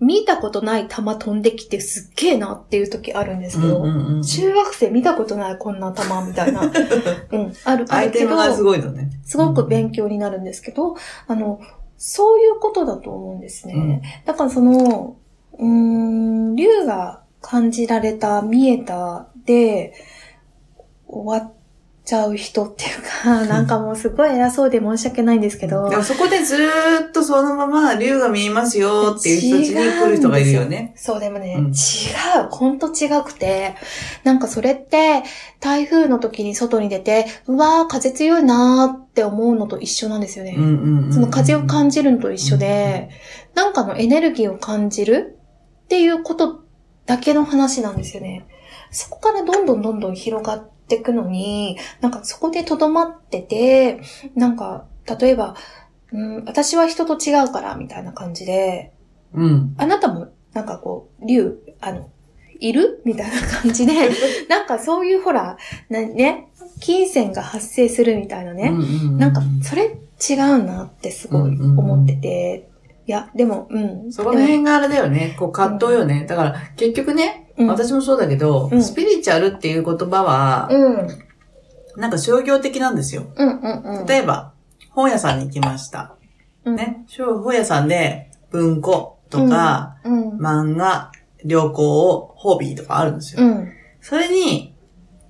[SPEAKER 4] 見たことない球飛んできてすっげえなっていう時あるんですけど、
[SPEAKER 1] うんうんうん
[SPEAKER 4] 中学生見たことないこんな球 みたいな。うん、ある、あ
[SPEAKER 1] 相
[SPEAKER 4] る
[SPEAKER 1] 手
[SPEAKER 4] けど。
[SPEAKER 1] のがすごいのね。
[SPEAKER 4] すごく勉強になるんですけど、あの、そういうことだと思うんですね。だからその、うーん、竜が感じられた、見えたで、終わっちゃう人っていう か、なんかもうすごい偉そうで申し訳ないんですけど、
[SPEAKER 1] でもそこでずーっとそのまま竜が見えますよっていう人たちに来る人がいるよね。
[SPEAKER 4] そう、でもね、
[SPEAKER 1] うん
[SPEAKER 4] 違う。ほんと違くて。なんかそれって、台風の時に外に出て、うわー、風強いなーって思うのと一緒なんですよね。
[SPEAKER 1] うんうんうん
[SPEAKER 4] その風を感じるのと一緒で、なんかのエネルギーを感じるっていうことだけの話なんですよね。そこからどんどんどんどん広がっていくのに、なんかそこで留まってて、なんか、例えば、うん、私は人と違うから、みたいな感じで、
[SPEAKER 1] うん。
[SPEAKER 4] あなたも、なんかこう、竜、あの、いるみたいな 感じで、なんかそういうほら、なね、金銭が発生するみたいなね、なんか、それ違うなってすごい思ってて。いや、でも、うん。
[SPEAKER 1] そこの辺があれだよね。こう葛藤よね。だから結局ね、
[SPEAKER 4] うん
[SPEAKER 1] 私もそうだけど
[SPEAKER 4] う、ん
[SPEAKER 1] スピリチュアルっていう言葉は
[SPEAKER 4] う、ん。うん
[SPEAKER 1] なんか商業的なんですよ。
[SPEAKER 4] うんうん。
[SPEAKER 1] 例えば、本屋さんに行きました。
[SPEAKER 4] うん、
[SPEAKER 1] ね。本屋さんで文庫とか、
[SPEAKER 4] うん。
[SPEAKER 1] 漫画、旅行をホビーとかあるんです
[SPEAKER 4] う
[SPEAKER 1] よ。
[SPEAKER 4] ん。
[SPEAKER 1] それに、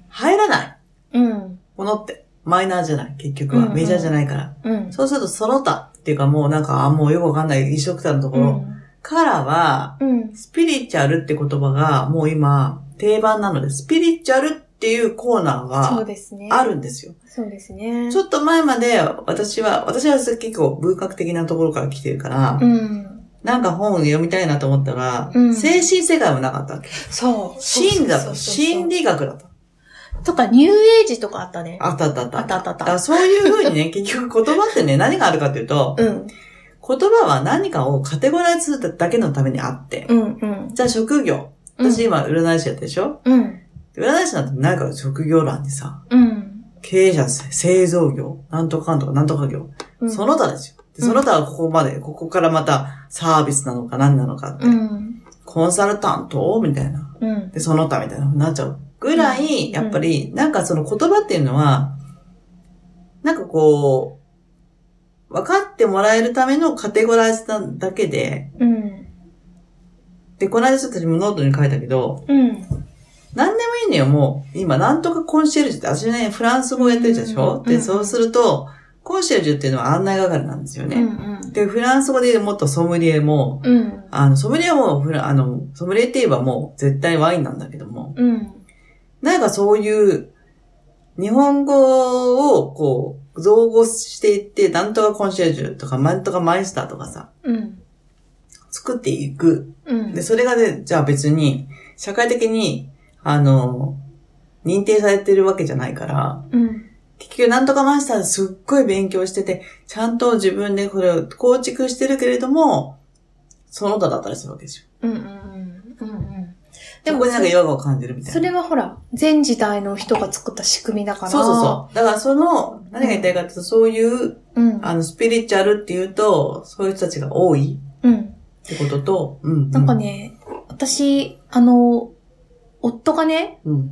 [SPEAKER 1] 入らない
[SPEAKER 4] うん。
[SPEAKER 1] ものって、マイナーじゃない結局
[SPEAKER 4] うん
[SPEAKER 1] は。
[SPEAKER 4] うん
[SPEAKER 1] メジャーじゃないから。
[SPEAKER 4] うん。
[SPEAKER 1] そうすると、その他っていうかもうなんか、あもうよくわかんない一色たのところからは、
[SPEAKER 4] うん。
[SPEAKER 1] スピリチュアルって言葉がもう今定番なので、スピリチュアルっていうコーナー
[SPEAKER 4] そう
[SPEAKER 1] が
[SPEAKER 4] ですね。
[SPEAKER 1] あるんですよ。
[SPEAKER 4] そうですね。
[SPEAKER 1] ちょっと前まで私は、私は結構文学的なところから来てるから、
[SPEAKER 4] うん。
[SPEAKER 1] なんか本を読みたいなと思ったら、
[SPEAKER 4] うん
[SPEAKER 1] 精神世界もなかったわけ。
[SPEAKER 4] そう。
[SPEAKER 1] 心だ
[SPEAKER 4] そう
[SPEAKER 1] と、
[SPEAKER 4] そうそうそう
[SPEAKER 1] 心。理学だと。
[SPEAKER 4] とか、ニューエイジとかあったね。
[SPEAKER 1] あったあったあった。
[SPEAKER 4] あったあったあった
[SPEAKER 1] だからそういうふうに ね、結局言葉ってね、何があるかというと、
[SPEAKER 4] うん。
[SPEAKER 1] 言葉は何かをカテゴライズするだけのためにあって。
[SPEAKER 4] うんうん。
[SPEAKER 1] じゃあ職業。私今占い師やったでしょ、
[SPEAKER 4] うん。
[SPEAKER 1] 占い師なんてなんか職業欄にさ、
[SPEAKER 4] うん。
[SPEAKER 1] 経営者、製造業、なんとかかんとかなんとか業、
[SPEAKER 4] うん。
[SPEAKER 1] その他ですよ。でその他はここまで、ここからまたサービスなのか何なのかって、
[SPEAKER 4] うん。
[SPEAKER 1] コンサルタントみたいな。
[SPEAKER 4] うん。
[SPEAKER 1] で、その他みたいな風になっちゃうぐらい、
[SPEAKER 4] うん
[SPEAKER 1] やっぱり、なんかその言葉っていうのは、なんかこう、分かってもらえるためのカテゴライズなだけで、
[SPEAKER 4] うん。
[SPEAKER 1] で、この間ちょっと私もノートに書いたけど、
[SPEAKER 4] うん。
[SPEAKER 1] 何でもいいのよ、もう。今、なんとかコンシェルジュって、私ね、フランス語やってるでしょ、
[SPEAKER 4] うんうん
[SPEAKER 1] で、そうすると、コンシェルジュっていうのは案内係なんですよ
[SPEAKER 4] うんう
[SPEAKER 1] ね。
[SPEAKER 4] ん。
[SPEAKER 1] で、フランス語でもっとソムリエも、
[SPEAKER 4] うん。
[SPEAKER 1] あの、ソムリエもフラ、あの、ソムリエって言えばもう絶対ワインなんだけども、
[SPEAKER 4] うん。
[SPEAKER 1] なんかそういう、日本語をこう、造語していって、なんとかコンシェルジュとか、なんとかマイスターとかさ、
[SPEAKER 4] うん。
[SPEAKER 1] 作っていく。
[SPEAKER 4] うん。
[SPEAKER 1] で、それがね、じゃあ別に、社会的に、あの、認定されてるわけじゃないから、
[SPEAKER 4] うん。
[SPEAKER 1] 結局なんとかマイスターですっごい勉強してて、ちゃんと自分でこれを構築してるけれども、その他だったりするわけですよ。
[SPEAKER 4] うん。うん。うん。うん。
[SPEAKER 1] でもここになんか違和感を感じるみたいな。
[SPEAKER 4] それはほら、全時代の人が作った仕組みだから。
[SPEAKER 1] そうそうそう。だからその、何が言いたいかっていうと、そういう
[SPEAKER 4] う。うん。
[SPEAKER 1] あの、スピリチュアルっていうと、そういう人たちが多い
[SPEAKER 4] うん。
[SPEAKER 1] ってことと、うん。
[SPEAKER 4] なんか、ね、私、あの、夫がね、
[SPEAKER 1] うん。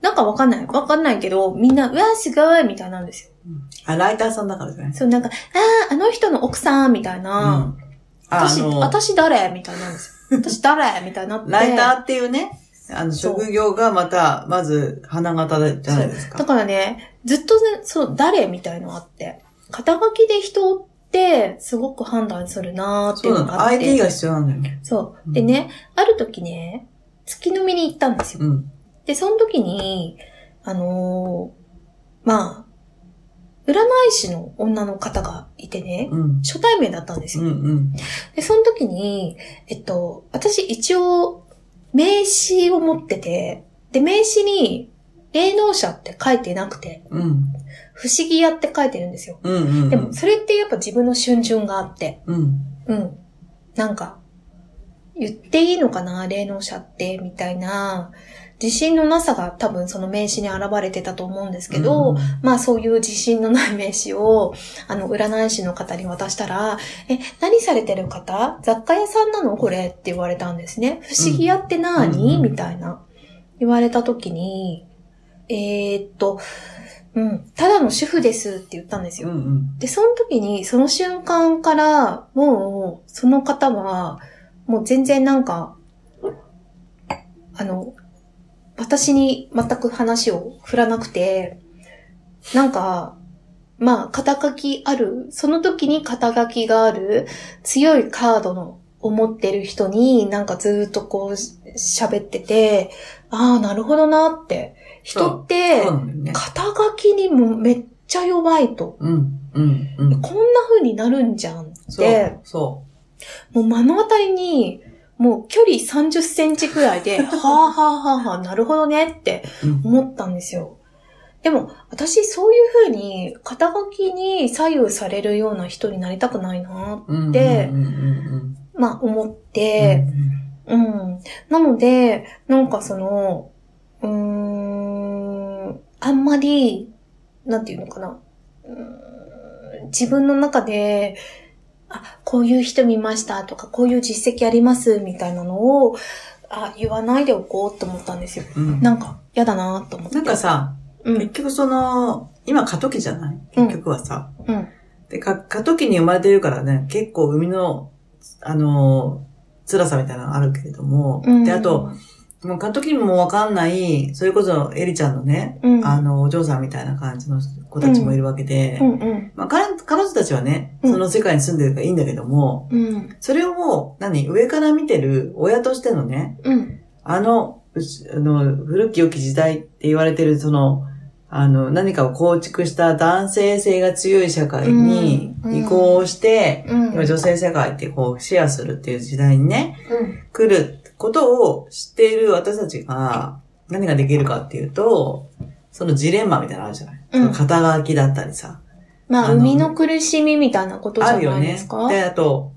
[SPEAKER 4] なんかわかんない。わかんないけど、みんな、うわ、すごいみたいなんですよ。
[SPEAKER 1] あ、ライターさんだからじゃない
[SPEAKER 4] そう、なんか、ああ、あの人の奥さんみたいな。
[SPEAKER 1] うん。あ
[SPEAKER 4] 私、
[SPEAKER 1] の、
[SPEAKER 4] 私誰みたいなんですよ。私誰みたいになって。
[SPEAKER 1] ライターっていうね、あの、
[SPEAKER 4] そう
[SPEAKER 1] 職業がまた、まず、花形じゃないです
[SPEAKER 4] だ
[SPEAKER 1] か。
[SPEAKER 4] からね、ずっとね、そう、誰みたいのあって。肩書きで人って、すごく判断するなーっ
[SPEAKER 1] そ
[SPEAKER 4] ていうう
[SPEAKER 1] な
[SPEAKER 4] の
[SPEAKER 1] の。
[SPEAKER 4] があって。
[SPEAKER 1] IT が必要なんだよ。
[SPEAKER 4] そう。でね、ある時ね、月の見に行ったんですよ。
[SPEAKER 1] うん。
[SPEAKER 4] で、その時に、あのーまあ、占い師の女の方がいてね、
[SPEAKER 1] うん。
[SPEAKER 4] 初対面だったんです
[SPEAKER 1] う
[SPEAKER 4] よ。
[SPEAKER 1] ん。うん。
[SPEAKER 4] で、その時に、えっと、私一応、名刺を持ってて、で、名刺に、霊能者って書いてなくて、
[SPEAKER 1] うん。
[SPEAKER 4] 不思議屋って書いてるんですよ。
[SPEAKER 1] うん。うん。
[SPEAKER 4] でも、それってやっぱ自分の春巡があって、
[SPEAKER 1] うん。
[SPEAKER 4] うん。なんか、言っていいのかな霊能者って、みたいな、自信のなさが多分その名刺に現れてたと思うんですけど、まあそういう自信のない名刺を、 あの、占い師の方に渡したら、え、何されてる方雑貨屋さんなのこれって言われたんですね。不思議屋って何、
[SPEAKER 1] うん
[SPEAKER 4] みたいな。言われた時に、えーっと、うん、ただの主婦ですって言ったんです
[SPEAKER 1] うん。う
[SPEAKER 4] よ。
[SPEAKER 1] ん。
[SPEAKER 4] で、その時に、その瞬間から、もう、その方は、もう全然なんか、あの、私に全く話を振らなくて、なんか、まあ、肩書きある、その時に肩書きがある、強いカードの、を持ってる人になんかずーっとこうし喋ってて、ああ、なるほどなって。人って
[SPEAKER 1] そう、なんだよね。
[SPEAKER 4] 肩書きにもめっちゃ弱いと。
[SPEAKER 1] うん。うん。うん。
[SPEAKER 4] こんな風になるんじゃんっ
[SPEAKER 1] そ
[SPEAKER 4] て
[SPEAKER 1] う。、そ
[SPEAKER 4] もう目の当たりに、もう距離30センチくらい で、はぁはぁはぁはぁ、なるほどねって
[SPEAKER 1] う。うん
[SPEAKER 4] 思ったんですよ。でも、私そういう風に肩書きに左右されるような人になりたくないな、
[SPEAKER 1] うん。
[SPEAKER 4] で
[SPEAKER 1] うん。うん。
[SPEAKER 4] まあ思っ
[SPEAKER 1] うん
[SPEAKER 4] て、うん。なので、なんかその、うーん、あんまり、なんていうのかな。うーん自分の中で、あ、こういう人見ましたとか、こういう実績ありますみたいなのを、あ、言わないでおこうと思ったんですよ。
[SPEAKER 1] うん。うん
[SPEAKER 4] なんか、嫌だなと思って。
[SPEAKER 1] なんかさ、
[SPEAKER 4] うん、う
[SPEAKER 1] 結
[SPEAKER 4] ん、
[SPEAKER 1] 局その、今過渡期じゃない結局はさ。
[SPEAKER 4] うん、
[SPEAKER 1] で、か、過渡期に生まれてるからね、結構海の、あのー辛さみたいなのあるけれども、
[SPEAKER 4] うん。
[SPEAKER 1] で、あと、、もう過渡期にもわかんない、それこそエリちゃんのね、
[SPEAKER 4] うん、
[SPEAKER 1] あの、お嬢さんみたいな感じの子たちもいるわけで、
[SPEAKER 4] うん、うん、
[SPEAKER 1] まあ、彼彼女たちはね、
[SPEAKER 4] うん
[SPEAKER 1] その世界に住んでるからいいんだけども、
[SPEAKER 4] うん、
[SPEAKER 1] それをもう、何、上から見てる親としてのね、
[SPEAKER 4] うん、
[SPEAKER 1] あの、うしあの、古き良き時代って言われてる、その、あの、何かを構築した男性性が強い社会に
[SPEAKER 4] うんうん
[SPEAKER 1] 移行して、
[SPEAKER 4] うん。
[SPEAKER 1] 今女性社会ってこうシェアするっていう時代にね、
[SPEAKER 4] うん、
[SPEAKER 1] 来ることを知っている私たちが何ができるかっていうと、そのジレンマみたいなのあるじゃない、
[SPEAKER 4] うん
[SPEAKER 1] その肩書きだったりさ。
[SPEAKER 4] まあ、
[SPEAKER 1] あの
[SPEAKER 4] 生みの苦しみみたいなことじ
[SPEAKER 1] あ
[SPEAKER 4] ゃ
[SPEAKER 1] るよ
[SPEAKER 4] ないで
[SPEAKER 1] ね
[SPEAKER 4] すか。。
[SPEAKER 1] で、あと、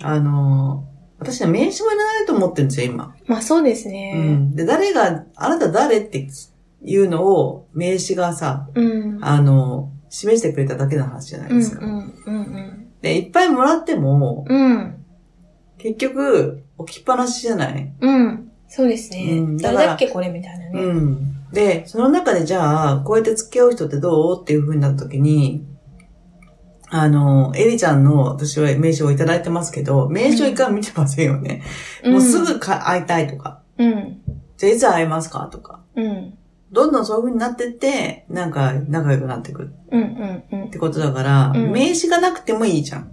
[SPEAKER 1] あの、私は名刺もいらないと思ってるんですよ、今。
[SPEAKER 4] まあ、そうです
[SPEAKER 1] う
[SPEAKER 4] ね。
[SPEAKER 1] ん。で、誰が、あなた誰っていうのを名刺がさ、
[SPEAKER 4] うん。
[SPEAKER 1] あの、示してくれただけの話じゃないですか。
[SPEAKER 4] うんうん
[SPEAKER 1] で、いっぱいもらっても、
[SPEAKER 4] うんうん。
[SPEAKER 1] 結局、置きっぱなしじゃない
[SPEAKER 4] うん。うん。そうですね。
[SPEAKER 1] うんだ
[SPEAKER 4] 誰
[SPEAKER 1] から
[SPEAKER 4] だっけこれみたいな
[SPEAKER 1] う
[SPEAKER 4] ね。
[SPEAKER 1] ん。で、その中でじゃあ、こうやって付き合う人ってどうっていう風になった時に、あの、エリちゃんの私は名刺をいただいてますけど、名刺を一回も見てませんよね。もうすぐか会いたいとか、
[SPEAKER 4] うん。
[SPEAKER 1] じゃあいつ会えますかとか、
[SPEAKER 4] うん。
[SPEAKER 5] どんどんそういう風になってって、なんか仲良くなってくっ
[SPEAKER 4] うんうんうん
[SPEAKER 5] てことだから、
[SPEAKER 4] うん
[SPEAKER 5] 名刺がなくてもいいじゃん。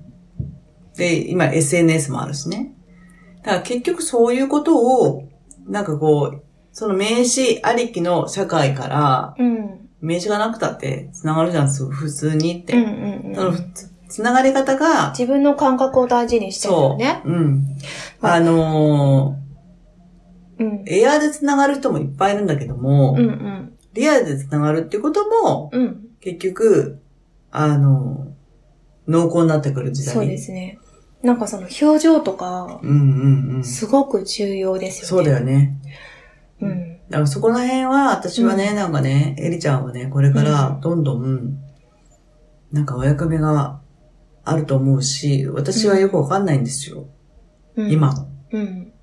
[SPEAKER 5] で、今 SNS もあるしね。だから結局そういうことを、なんかこう、その名刺ありきの社会から、
[SPEAKER 4] うん
[SPEAKER 5] 名刺がなくたって繋がるじゃん、そう普通にっ
[SPEAKER 4] うん
[SPEAKER 5] て。
[SPEAKER 4] うん
[SPEAKER 5] そうの
[SPEAKER 4] ん
[SPEAKER 5] ふつ繋がり方が、
[SPEAKER 4] 自分の感覚を大事にしてるよ
[SPEAKER 5] そう。
[SPEAKER 4] ね。
[SPEAKER 5] うん。あの
[SPEAKER 4] う
[SPEAKER 5] ー、
[SPEAKER 4] ん
[SPEAKER 5] エアで繋がる人もいっぱいいるんだけども、
[SPEAKER 4] うんうん
[SPEAKER 5] リアルで繋がるってことも、
[SPEAKER 4] うん
[SPEAKER 5] 結局、あの、濃厚になってくる時代。
[SPEAKER 4] そうで。すね。なんかその表情とか、
[SPEAKER 5] うんうんうん。
[SPEAKER 4] すごく重要ですよね。
[SPEAKER 5] そうだよね。
[SPEAKER 4] うん。
[SPEAKER 5] だからそこら辺は、私はね、
[SPEAKER 4] う
[SPEAKER 5] なんかね、エリちゃんはね、これからどんどん、なんかお役目があると思うし、私はよくわかんないんですよ。
[SPEAKER 4] うん。
[SPEAKER 5] 今も。
[SPEAKER 4] うん。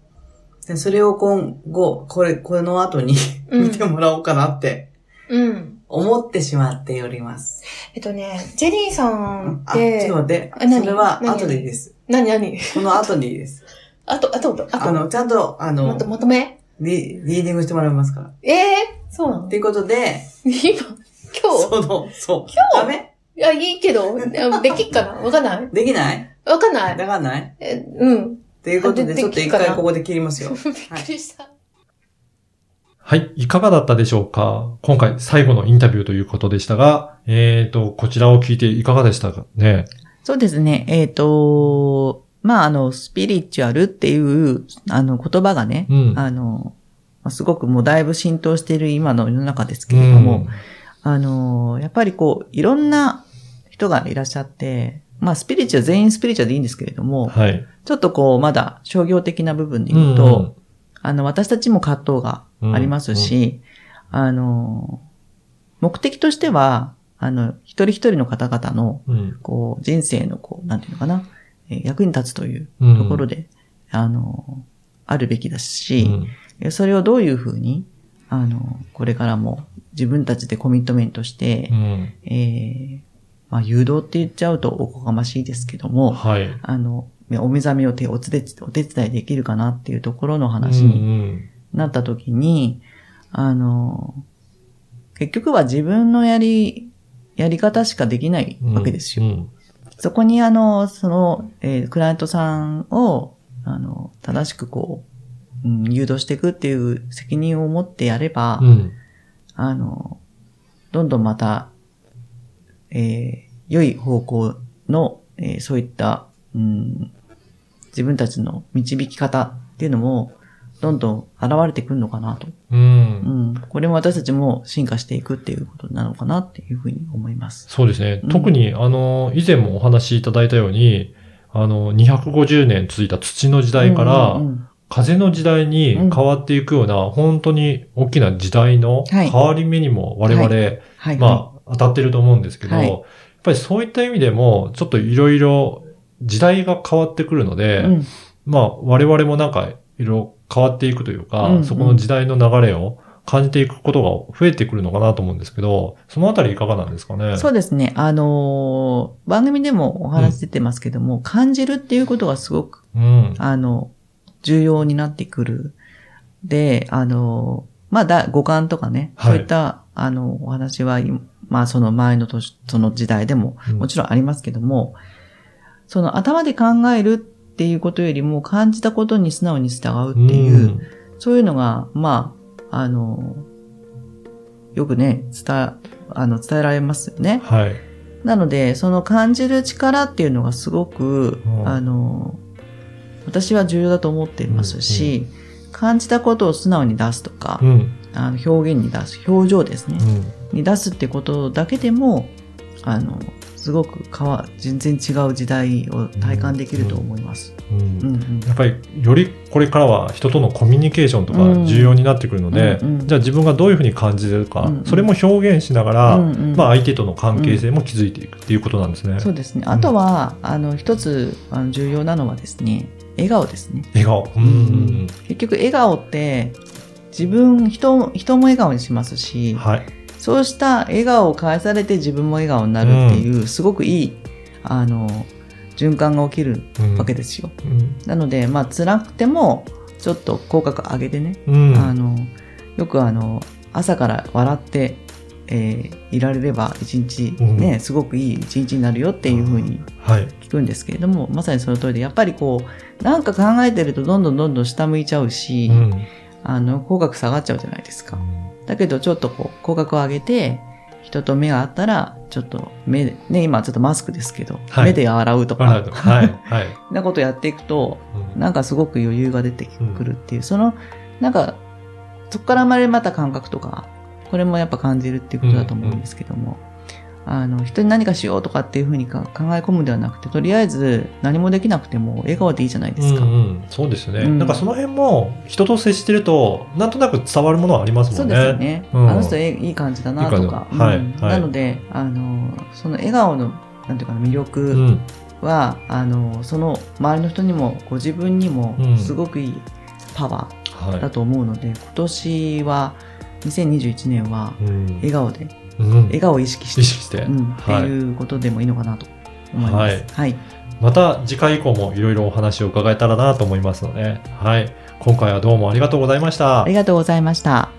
[SPEAKER 5] でそれを今後、これ、この後に
[SPEAKER 4] うん
[SPEAKER 5] 見てもらおうかなって
[SPEAKER 4] うん。
[SPEAKER 5] 思ってしまっております。
[SPEAKER 4] えっとね、ジェリーさんっ
[SPEAKER 5] あ、ち
[SPEAKER 4] て
[SPEAKER 5] ょっ、と待って
[SPEAKER 4] え。何
[SPEAKER 5] それは
[SPEAKER 4] 何
[SPEAKER 5] 後でいいです。
[SPEAKER 4] なになに
[SPEAKER 5] この後にいいです。
[SPEAKER 4] あと、あと、あと、
[SPEAKER 5] あの、ちゃんと、あ
[SPEAKER 4] ま
[SPEAKER 5] の
[SPEAKER 4] と、まとめ
[SPEAKER 5] リリーディングしてもらいますから。
[SPEAKER 4] ええそうな
[SPEAKER 5] っ
[SPEAKER 4] の
[SPEAKER 5] ていうことで、
[SPEAKER 4] 今、今
[SPEAKER 5] その、そう。今日ダメ
[SPEAKER 4] 日いや、いいけど、いやできっかなわかんない
[SPEAKER 5] できない
[SPEAKER 4] わかんな
[SPEAKER 5] わ
[SPEAKER 4] い
[SPEAKER 5] かんない
[SPEAKER 4] えうん。
[SPEAKER 5] ということで、
[SPEAKER 4] あで
[SPEAKER 5] ちょっと
[SPEAKER 4] でき
[SPEAKER 5] 一
[SPEAKER 4] っかな
[SPEAKER 5] 回ここで切りますよ。
[SPEAKER 4] びっくりした。
[SPEAKER 2] はい。いかがだったでしょうか今回最後のインタビューということでしたが、えっ、と、こちらを聞いていかがでしたかね
[SPEAKER 1] そうですね。えっ、と、まあ、あの、スピリチュアルっていう、あの、言葉がね、
[SPEAKER 2] うん。
[SPEAKER 1] あの、まあすごくもうだいぶ浸透している今の世の中ですけ
[SPEAKER 2] う
[SPEAKER 1] れど
[SPEAKER 2] ん。
[SPEAKER 1] も、あの、やっぱりこう、いろんな人がいらっしゃって、まあ、スピリチュアル、全員スピリチュアルでいいんですけれども、
[SPEAKER 2] はい。
[SPEAKER 1] ちょっとこう、まだ商業的な部分で言うと、
[SPEAKER 2] うん
[SPEAKER 1] あの、私たちも葛藤が
[SPEAKER 2] うん
[SPEAKER 1] ありますし、あの、目的としては、あの、一人一人の方々の、
[SPEAKER 2] うん
[SPEAKER 1] こう、人生の、こう、なんていうのかな、えー役に立つという
[SPEAKER 2] うん
[SPEAKER 1] ところで、あの、あるべきだ
[SPEAKER 2] う
[SPEAKER 1] し、
[SPEAKER 2] ん
[SPEAKER 1] えそれをどういうふうに、あの、これからも自分たちでコミットメントして
[SPEAKER 2] う、ん
[SPEAKER 1] えーまあ、誘導って言っちゃうとおこがましいですけども、
[SPEAKER 2] はい。
[SPEAKER 1] あの、お目覚めを手おつでお手伝いできるかなっていうところの話
[SPEAKER 2] うん
[SPEAKER 1] になった時に、あの、結局は自分のやり、やり方しかできない
[SPEAKER 2] うん
[SPEAKER 1] わけですよ。
[SPEAKER 2] うん
[SPEAKER 1] そこにあの、その、えークライアントさんを、あの、正しくこう、うん誘導していくっていう責任を持ってやれば、
[SPEAKER 2] うん
[SPEAKER 1] あの、どんどんまた、えー良い方向の、えーそういった、うん、自分たちの導き方っていうのも、どんどん現れてくるのかなと。
[SPEAKER 2] う。
[SPEAKER 1] うんん。これも私たちも進化していくっていうことなのかなっていうふうに思います。
[SPEAKER 2] そうですね
[SPEAKER 1] う。ん
[SPEAKER 2] 特に、あの、以前もお話しいただいたように、あの、250年続いた土の時代から、
[SPEAKER 1] うんうんうん
[SPEAKER 2] 風の時代に変わっていくような、本当に大きな時代の
[SPEAKER 1] はい
[SPEAKER 2] 変わり目にも我々、
[SPEAKER 1] はい。
[SPEAKER 2] まあ、当たってると思うんですけど、
[SPEAKER 1] はい
[SPEAKER 2] やっぱりそういった意味でも、ちょっといろいろ時代が変わってくるので、
[SPEAKER 1] うん
[SPEAKER 2] まあ、我々もなんか、いろいろ変わっていくというか、
[SPEAKER 1] うんうん
[SPEAKER 2] そこの時代の流れを感じていくことが増えてくるのかなと思うんですけど、そのあたりいかがなんですかね
[SPEAKER 1] そうですね。あのー番組でもお話出てますけども、感じるっていうことがすごく
[SPEAKER 2] うん。
[SPEAKER 1] あの、重要になってくる。で、あの、まあだ、五感とかね、
[SPEAKER 2] はい
[SPEAKER 1] そういった、あの、お話は、今まあ、その前の年、その時代でも、
[SPEAKER 2] うん
[SPEAKER 1] もちろんありますけども、その頭で考えるっていうことよりも、感じたことに素直に従うっていう、そういうのが、まあ、あの、よくね、伝え、あの、伝えられますよね
[SPEAKER 2] うん。はい。
[SPEAKER 1] なので、その感じる力っていうのがすごく、
[SPEAKER 2] うん
[SPEAKER 1] あの、私は重要だと思っていますし、感じたことを素直に出すとか、
[SPEAKER 2] うん。
[SPEAKER 1] あの表現に出す、表情ですね
[SPEAKER 2] う、ん。
[SPEAKER 1] に出すってことだけでも、あの、すごく変わ、全然違う時代を体感できると思います。
[SPEAKER 2] うん
[SPEAKER 1] うんうん
[SPEAKER 2] やっぱりよりこれからは人とのコミュニケーションとか重要になってくるので、
[SPEAKER 1] うんうん
[SPEAKER 2] じゃあ自分がどういうふうに感じてるか、
[SPEAKER 1] うん
[SPEAKER 2] それも表現しながら、
[SPEAKER 1] うんうん
[SPEAKER 2] まあ、相手との関係性も築いていくっていうことなんですね。
[SPEAKER 1] そうですね。あとは、あの、一つあの重要なのはですね、笑顔ですね。
[SPEAKER 2] 笑顔、うんうん
[SPEAKER 1] 結局、笑顔って、自分、人も、人も笑顔にします
[SPEAKER 2] う
[SPEAKER 1] し、
[SPEAKER 2] ん、はい、
[SPEAKER 1] そうした笑顔を返されて自分も笑顔になるっていう、すごくいい、あの、循環が起きる
[SPEAKER 2] うん
[SPEAKER 1] わけですよ。
[SPEAKER 2] うん
[SPEAKER 1] なので、まあ、辛くても、ちょっと口角上げてね、
[SPEAKER 2] うん
[SPEAKER 1] あの、よくあの、朝から笑って、えーいられれば一日
[SPEAKER 2] うん
[SPEAKER 1] ね、すごくいい一日になるよっていうふうに
[SPEAKER 2] はい。
[SPEAKER 1] 聞くんですけれども、まさにその通りで、やっぱりこう、なんか考えてるとどんどんどんどん下向いちゃうし、
[SPEAKER 2] うん。
[SPEAKER 1] あの、口角下がっちゃうじゃないですか。だけどちょっとこう、口角を上げて、人と目が合ったら、ちょっと目で、ね、今ちょっとマスクですけど、
[SPEAKER 2] はい
[SPEAKER 1] 目で笑うと
[SPEAKER 2] 笑
[SPEAKER 1] か
[SPEAKER 2] うと、はい。はい。
[SPEAKER 1] そんなことやっていくと、
[SPEAKER 2] うん
[SPEAKER 1] なんかすごく余裕が出てくるっていう、その、なんか、そこから生まれるまた感覚とか、これもやっぱ感じるっていうことだと思うんですけども、あの、人に何かしようとかっていうふうにか考え込むんではなくて、とりあえず何もできなくても笑顔でいいじゃないですか。
[SPEAKER 2] うんうん、そうですね、
[SPEAKER 1] うん
[SPEAKER 2] なんかその辺も人と接してるとなんとなく伝わるものはありますも
[SPEAKER 1] そ
[SPEAKER 2] ん
[SPEAKER 1] う
[SPEAKER 2] ね。
[SPEAKER 1] ですよね。
[SPEAKER 2] うん
[SPEAKER 1] あの人えいい感じだなとか。
[SPEAKER 2] いい感じはい
[SPEAKER 1] うん
[SPEAKER 2] はい
[SPEAKER 1] なので、あの、その笑顔の、なんていうかな、魅
[SPEAKER 2] う
[SPEAKER 1] 力
[SPEAKER 2] ん、
[SPEAKER 1] は、あの、その周りの人にも、ご自分にも
[SPEAKER 2] うん、
[SPEAKER 1] すごくいいパワーだ
[SPEAKER 2] は。、
[SPEAKER 1] と思うので、今年は、2021年はい
[SPEAKER 2] うん
[SPEAKER 1] 笑顔で、
[SPEAKER 2] うん、
[SPEAKER 1] 笑顔を意識
[SPEAKER 2] 意
[SPEAKER 1] して、
[SPEAKER 2] 識して、
[SPEAKER 1] うん、って
[SPEAKER 2] はい
[SPEAKER 1] いうことでもいいのかなと思いま
[SPEAKER 2] はい
[SPEAKER 1] す。はい。
[SPEAKER 2] また次回以降もいろいろお話を伺えたらなと思いますので、はい、今回はどうもありがとうございました
[SPEAKER 1] あり。がとうございました。